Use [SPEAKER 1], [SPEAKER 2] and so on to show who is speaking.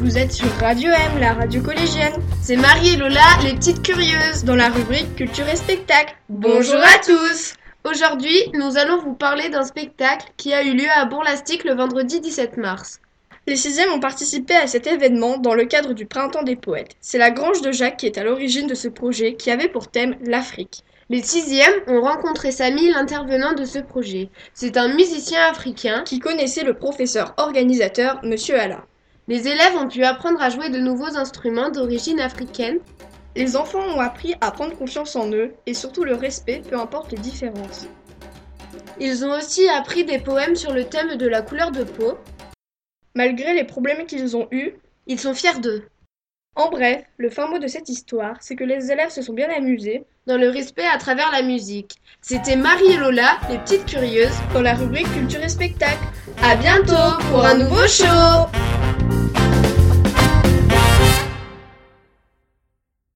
[SPEAKER 1] vous êtes sur Radio M, la radio collégienne. C'est Marie et Lola, les petites curieuses, dans la rubrique Culture et spectacle. Bonjour à tous Aujourd'hui, nous allons vous parler d'un spectacle qui a eu lieu à Bourlastique le vendredi 17 mars. Les sixièmes ont participé à cet événement dans le cadre du Printemps des Poètes. C'est la Grange de Jacques qui est à l'origine de ce projet qui avait pour thème l'Afrique. Les sixièmes ont rencontré Samy, l'intervenant de ce projet. C'est un musicien africain qui connaissait le professeur organisateur, Monsieur Allah. Les élèves ont pu apprendre à jouer de nouveaux instruments d'origine africaine.
[SPEAKER 2] Les enfants ont appris à prendre confiance en eux et surtout le respect, peu importe les différences.
[SPEAKER 1] Ils ont aussi appris des poèmes sur le thème de la couleur de peau.
[SPEAKER 2] Malgré les problèmes qu'ils ont eus,
[SPEAKER 1] Ils sont fiers d'eux,
[SPEAKER 2] en bref, le fin mot de cette histoire, c'est que les élèves se sont bien amusés
[SPEAKER 1] dans le respect à travers la musique. C'était Marie et Lola, les petites curieuses.
[SPEAKER 2] dans la rubrique culture et spectacle.
[SPEAKER 1] À bientôt pour un nouveau show